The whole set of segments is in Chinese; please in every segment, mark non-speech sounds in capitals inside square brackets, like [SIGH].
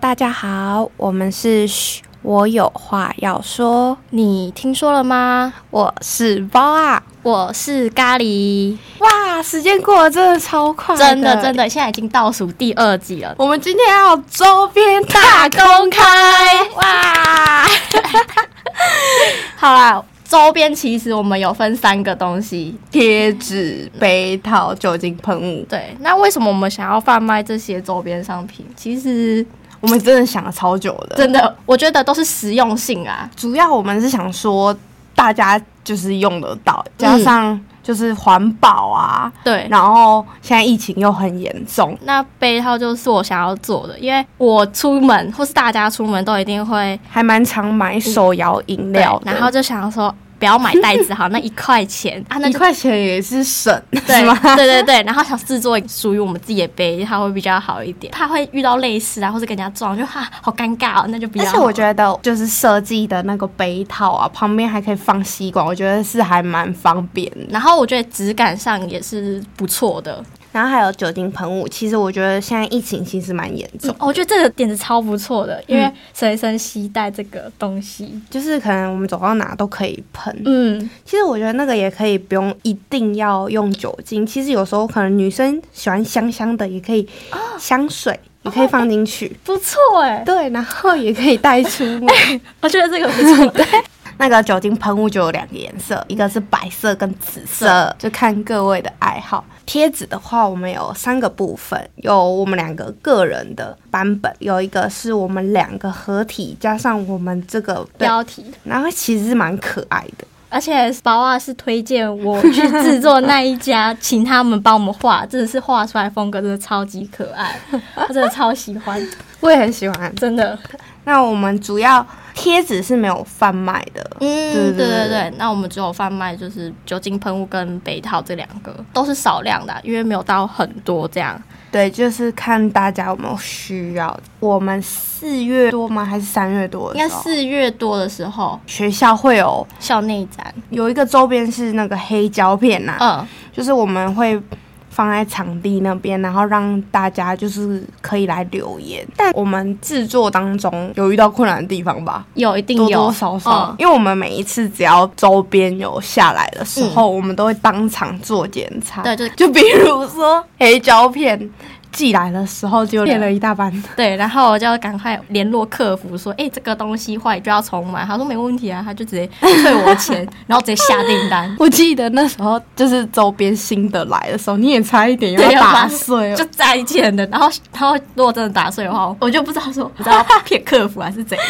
说，我们是嘘，我有话要说。你听说了吗？我是包啊！我是咖喱，哇，时间过得真的超快真的真的。的，现在已经倒数第二季了。我们今天还有周边大公 [LAUGHS] 开，哇！好啦，周边其实我们有分三个东西。贴纸、杯套、酒精喷雾，对，那为什么我们想要贩卖这些周边商品？其实我们真的想了超久的。真的，我觉得都是实用性啊。主要我们是想说，大家就是用得到，加上就是环保啊，对，然后现在疫情又很严重，那杯套就是我想要做的，因为我出门或是大家出门都一定会还蛮常买手摇饮料对的，然后就想说不要买袋子好，那一块钱啊，那一就块钱也是省，对是吗？对对对，然后想制作属于我们自己的杯，它会比较好一点。怕会遇到类似啊，或者跟人家撞，就哈、好尴尬哦，那就不 [LAUGHS] 要而好了。且我觉得就是设计的那个杯套啊，旁边还可以放吸管，我觉得是还蛮方便的。然后我觉得质感上也是不错的，然后还有酒精喷雾，其实我觉得现在疫情其实蛮严重，哦我觉得这个点子超不错的，因为嗯随身携带这个东西，就是可能我们走到哪都可以喷。嗯，其实我觉得那个也可以不用一定要用酒精，其实有时候可能女生喜欢香香的，也可以香水也可以放进去，不错哎，对，然后也可以带出 [LAUGHS] 门。我觉得这个不 [LAUGHS] 错，对，那个酒精喷雾就有两个颜色，一个是白色跟紫色，就看各位的爱好。贴纸的话，我们有三个部分，有我们两个个人的版本，有一个是我们两个合体，加上我们这个对，标题。然后其实是蛮可爱的。而且宝瓦是推荐我去制 [LAUGHS] 作那一家，请他们帮我们画，真的是画出来风格真的超级可爱，我真的超喜欢，我也很喜欢。真的。那我们主要贴纸是没有贩卖的，嗯对对对对对对。那我们只有贩卖就是酒精喷雾跟杯套这两个，都是少量的啊，因为没有到很多这样。对，就是看大家有没有需要。我们四月多吗？还是三月多应的该时候？四月多的时候，学校会有校内展，有一个周边是那个黑胶片啊呐、嗯，就是我们会放在场地那边，然后让大家就是可以来留言。但我们制作当中有遇到困难的地方吧？有一定有多多少少，嗯因为我们每一次只要周边有下来的时候，我们都会当场做检查。对就是就比如说黑胶片寄来的时候， [LAUGHS] 就骗骗了一大班。。对，然后我就赶快联络客服说，哎、这个东西坏就要重买。他说没问题啊，他就直接退我 [LAUGHS] 钱，然后直接下订单我记得那时候就是周边新的来的时候，你也差一点对要要打把碎了就。再见了，然后，然后如果真的打碎的话，我就不知道说，不知道骗客服还是怎样。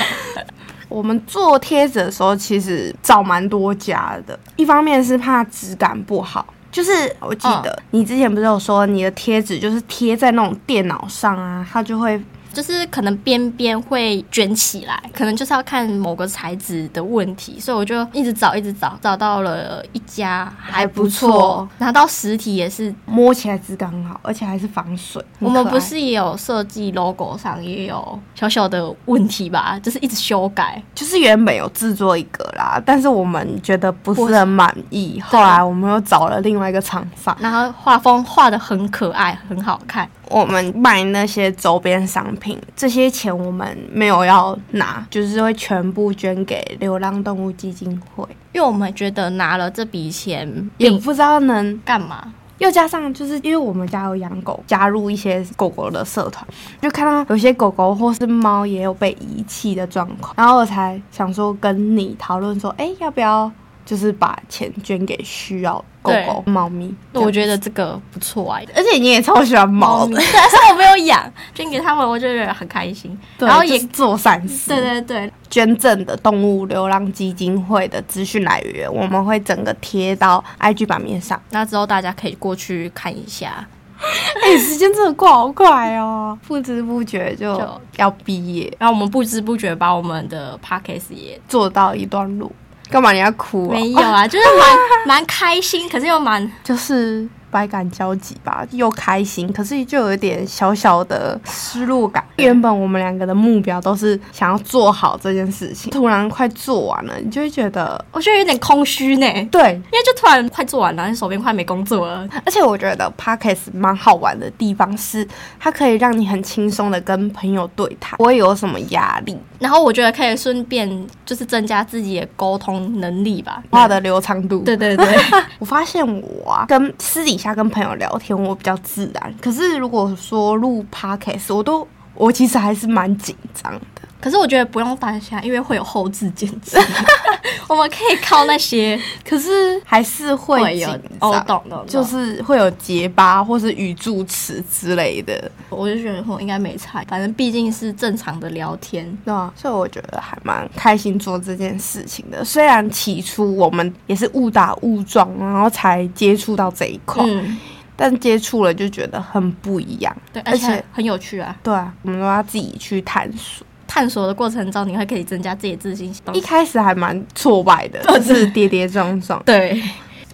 我们做贴纸的时候，其实找蛮多家的。一方面是怕质感不好，就是我记得、嗯你之前不是有说你的贴纸就是贴在那种电脑上啊，它就会就是可能边边会卷起来，可能就是要看某个材质的问题，所以我就一直找，一直找，找到了一家还还不不错错，拿到实体也是。摸起来质感很好，而且还是防水。很我们可爱不是也有设计 logo 上也有小小的问题吧，就是一直修改。就是原本有制作一个啦，但是我们觉得不是很满意，后来我们又找了另外一个厂商。然后画风画的很可爱，很好看。我们卖那些周边商品，这些钱我们没有要拿，就是会全部捐给流浪动物基金会。因为我们觉得拿了这笔钱也并不知道能，干嘛，又加上就是因为我们家有养狗，加入一些狗狗的社团，就看到有些狗狗或是猫也有被遗弃的状况，然后我才想说跟你讨论说，哎、要不要就是把钱捐给需要狗狗、猫咪？我得，觉得这个不错啊。而且你也超喜欢猫咪，的， [LAUGHS] 但是我没有养，捐给他们，我就觉得很开心。对然后就也是做善事。对对对，捐赠的动物流浪基金会的资讯来源，我们会整个贴到 IG 版面上。那之后大家可以过去看一下。 [LAUGHS] 哎、时间真的过好快哦，不知不觉就就要毕业，然后我们不知不觉把我们的 podcast 也做到一段 [LAUGHS] 路。干嘛你要哭、啊？没有啊，就是蛮蛮开心，可是又蛮 [LAUGHS] 就是百感交集吧，又开心，可是就有一点小小的失落感。原本我们两个的目标都是想要做好这件事情，突然快做完了，你就会觉得我觉得有点空虚呢，因对。为就突然快做完了，手边快没工作了。而且我觉得 podcast 蛮好玩的地方是，它可以让你很轻松的跟朋友对谈，不会有什么压力，然后我觉得可以顺便就是增加自己的沟通能力吧。话的流畅度。啊对对对， [LAUGHS] [LAUGHS] 我发现我啊，跟私底下跟朋友聊天，我比较自然。可是如果说录 podcast，我都我其实还是蛮紧张的。可是我觉得不用担心啊，因为会有后置剪辑， [LAUGHS] 我们可以靠那些可是还是会会紧有张，哦，懂懂，就就是是会有结巴或是语助词之类的，我就觉得哦我应该没差，反正毕竟是正常的聊天。对啊，所以我觉得还蛮开心做这件事情的。虽然起初我们也是误打误撞，然后才接触到这一块，嗯，但接触了就觉得很不一样。对，而而且且很有趣啊。对啊，我们都要自己去探索。探索的过程中，你会可以增加自己的自信心。一开始还蛮挫败 [LAUGHS] 的，就是跌跌撞撞。对，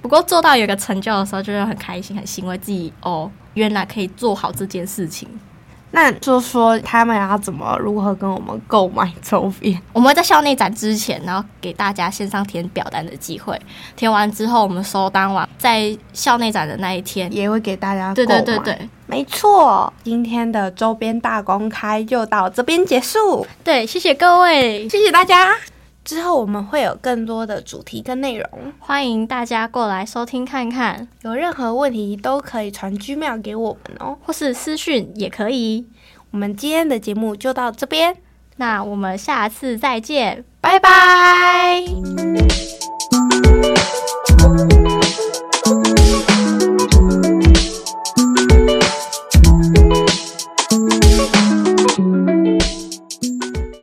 不过做到有一个成就的时候，就会很开心、很欣慰自己哦，原来可以做好这件事情。 [LAUGHS] 那就说他们要怎么如何跟我们购买周边？ [LAUGHS] 我们会在校内展之前，然后给大家线上填表单的机会。填完之后，我们收单完，在校内展的那一天，也会给大家对购对买对，对没错。今天的周边大公开就到这边结束，对，谢谢各位，谢谢大家。之后我们会有更多的主题跟内容，欢迎大家过来收听看看，有任何问题都可以传 Gmail 给我们哦。或是私讯也可以。我们今天的节目就到这边，那我们下次再见。拜拜。